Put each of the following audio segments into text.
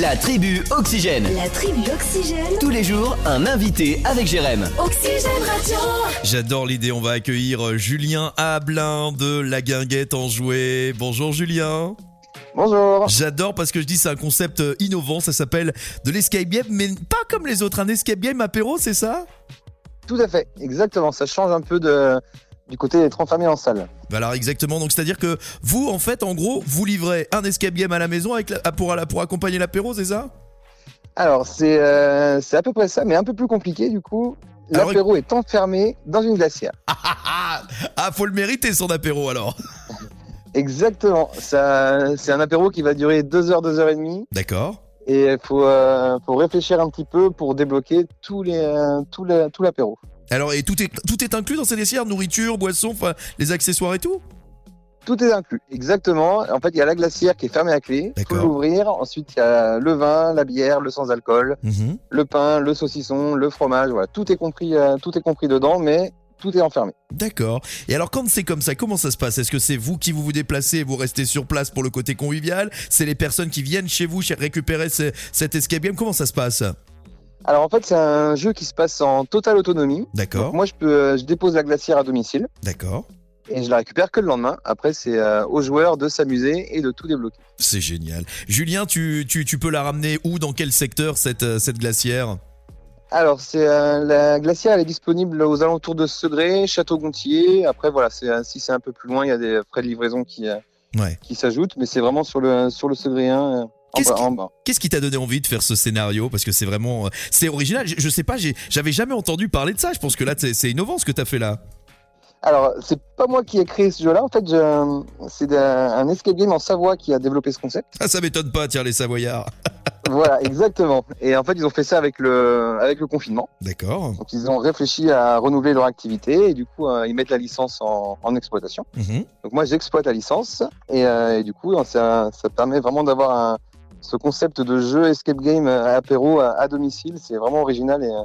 La tribu Oxygène. La tribu Oxygène. Tous les jours, un invité avec Jérém. Oxygène Radio. J'adore l'idée, on va accueillir euh, Julien Ablin de La Guinguette en jouet. Bonjour Julien. Bonjour. J'adore parce que je dis c'est un concept euh, innovant, ça s'appelle de l'escape game, mais pas comme les autres, un escape game apéro, c'est ça Tout à fait, exactement. Ça change un peu de, du côté d'être enfermé en salle. Voilà, Bah exactement. Donc c'est-à-dire que vous, en fait, en gros, vous livrez un escape game à la maison avec la- pour, pour accompagner l'apéro, c'est ça Alors, c'est euh, c'est à peu près ça, mais un peu plus compliqué du coup. Alors, L'apéro est enfermé dans une glacière. ah, ah, ah, faut le mériter son apéro alors. Exactement. Ça, C'est un apéro qui va durer 2 heures, 2 heures et demie. D'accord. Et il faut, euh, faut réfléchir un petit peu pour débloquer tous les, euh, tout le- tout l'apéro. Alors et tout est tout est inclus dans ces desserts, nourriture, boisson, enfin les accessoires et tout. Tout est inclus, exactement. En fait, il y a la glacière qui est fermée à clé. Il faut D'accord. l'ouvrir. Ensuite, il y a le vin, la bière, le sans-alcool. Mhm. le pain, le saucisson, le fromage, voilà, tout est compris, euh, tout est compris dedans, mais tout est enfermé. D'accord. Et alors quand c'est comme ça, comment ça se passe Est-ce que c'est vous qui vous vous déplacez et vous restez sur place pour le côté convivial C'est les personnes qui viennent chez vous chez- récupérer ce- cet escape game Comment ça se passe Alors en fait, c'est un jeu qui se passe en totale autonomie. Donc, D'accord. moi, je peux, euh, je dépose la glacière à domicile D'accord. et je la récupère que le lendemain. Après, c'est euh, aux joueurs de s'amuser et de tout débloquer. C'est génial. Julien, tu, tu, tu peux la ramener où Dans quel secteur cette, euh, cette glacière Alors, c'est euh, la glacière, elle est disponible aux alentours de Segré, Château-Gontier. Après, voilà, c'est, euh, si c'est un peu plus loin, il y a des frais de livraison qui, euh, Ouais. qui s'ajoutent, mais c'est vraiment sur le sur le Segréen. euh, en Qu'est-ce bas- qui- en bas. Qu'est-ce qui t'a donné envie de faire ce scénario Parce que c'est vraiment. euh, C'est original. Je, je sais pas, j'ai- j'avais jamais entendu parler de ça. Je pense que là, c'est c'est innovant ce que t'as fait là. Alors, c'est pas moi qui ai créé ce jeu-là. En fait, je- c'est d'un- un escape game en Savoie qui a développé ce concept. Ah, ça m'étonne pas, tiens, les Savoyards. voilà, exactement. Et en fait, ils ont fait ça avec le, avec le confinement. D'accord. Donc, ils ont réfléchi à renouveler leur activité et du coup, euh, ils mettent la licence en, en exploitation. Mhm. Donc, moi, j'exploite la licence et, euh, et du coup, ça, ça permet vraiment d'avoir un- ce concept de jeu escape game à apéro à, à domicile. C'est vraiment original et, euh,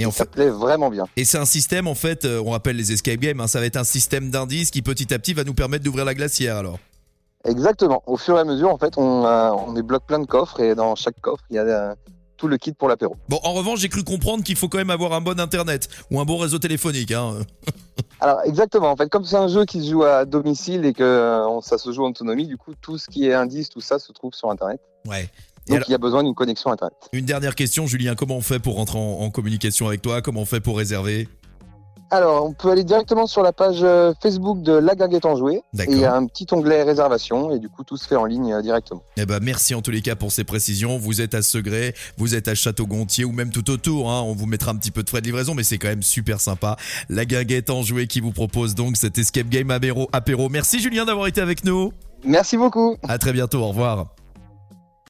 Et en ça fait, plaît vraiment bien. et c'est un système en fait, euh, on rappelle les escape games, hein, ça va être un système d'indices qui petit à petit va nous permettre d'ouvrir la glacière alors. Exactement. Au fur et à mesure, en fait, on, euh, on débloque plein de coffres et dans chaque coffre, il y a euh, tout le kit pour l'apéro. Bon, en revanche, j'ai cru comprendre qu'il faut quand même avoir un bon internet ou un bon réseau téléphonique. Hein. Alors, exactement. En fait, comme c'est un jeu qui se joue à domicile et que euh, on- ça se joue en autonomie, du coup, tout ce qui est indice, tout ça se trouve sur Internet. Ouais. Et Donc, alors- il y a besoin d'une connexion Internet. Une dernière question, Julien, comment on fait pour rentrer en, en communication avec toi Comment on fait pour réserver Alors, on peut aller directement sur la page euh, Facebook de La Guinguette en Jouet. Et D'accord. il y a un petit onglet réservation et du coup, tout se fait en ligne euh, directement. Eh ben, merci en tous les cas pour ces précisions. Vous êtes à Segré, vous êtes à Château-Gontier ou même tout autour. hein. On vous mettra un petit peu de frais de livraison, mais c'est quand même super sympa. La guinguette enjouée qui vous propose donc cet escape game apéro. apéro. Merci Julien d'avoir été avec nous. Merci beaucoup. À très bientôt. Au revoir.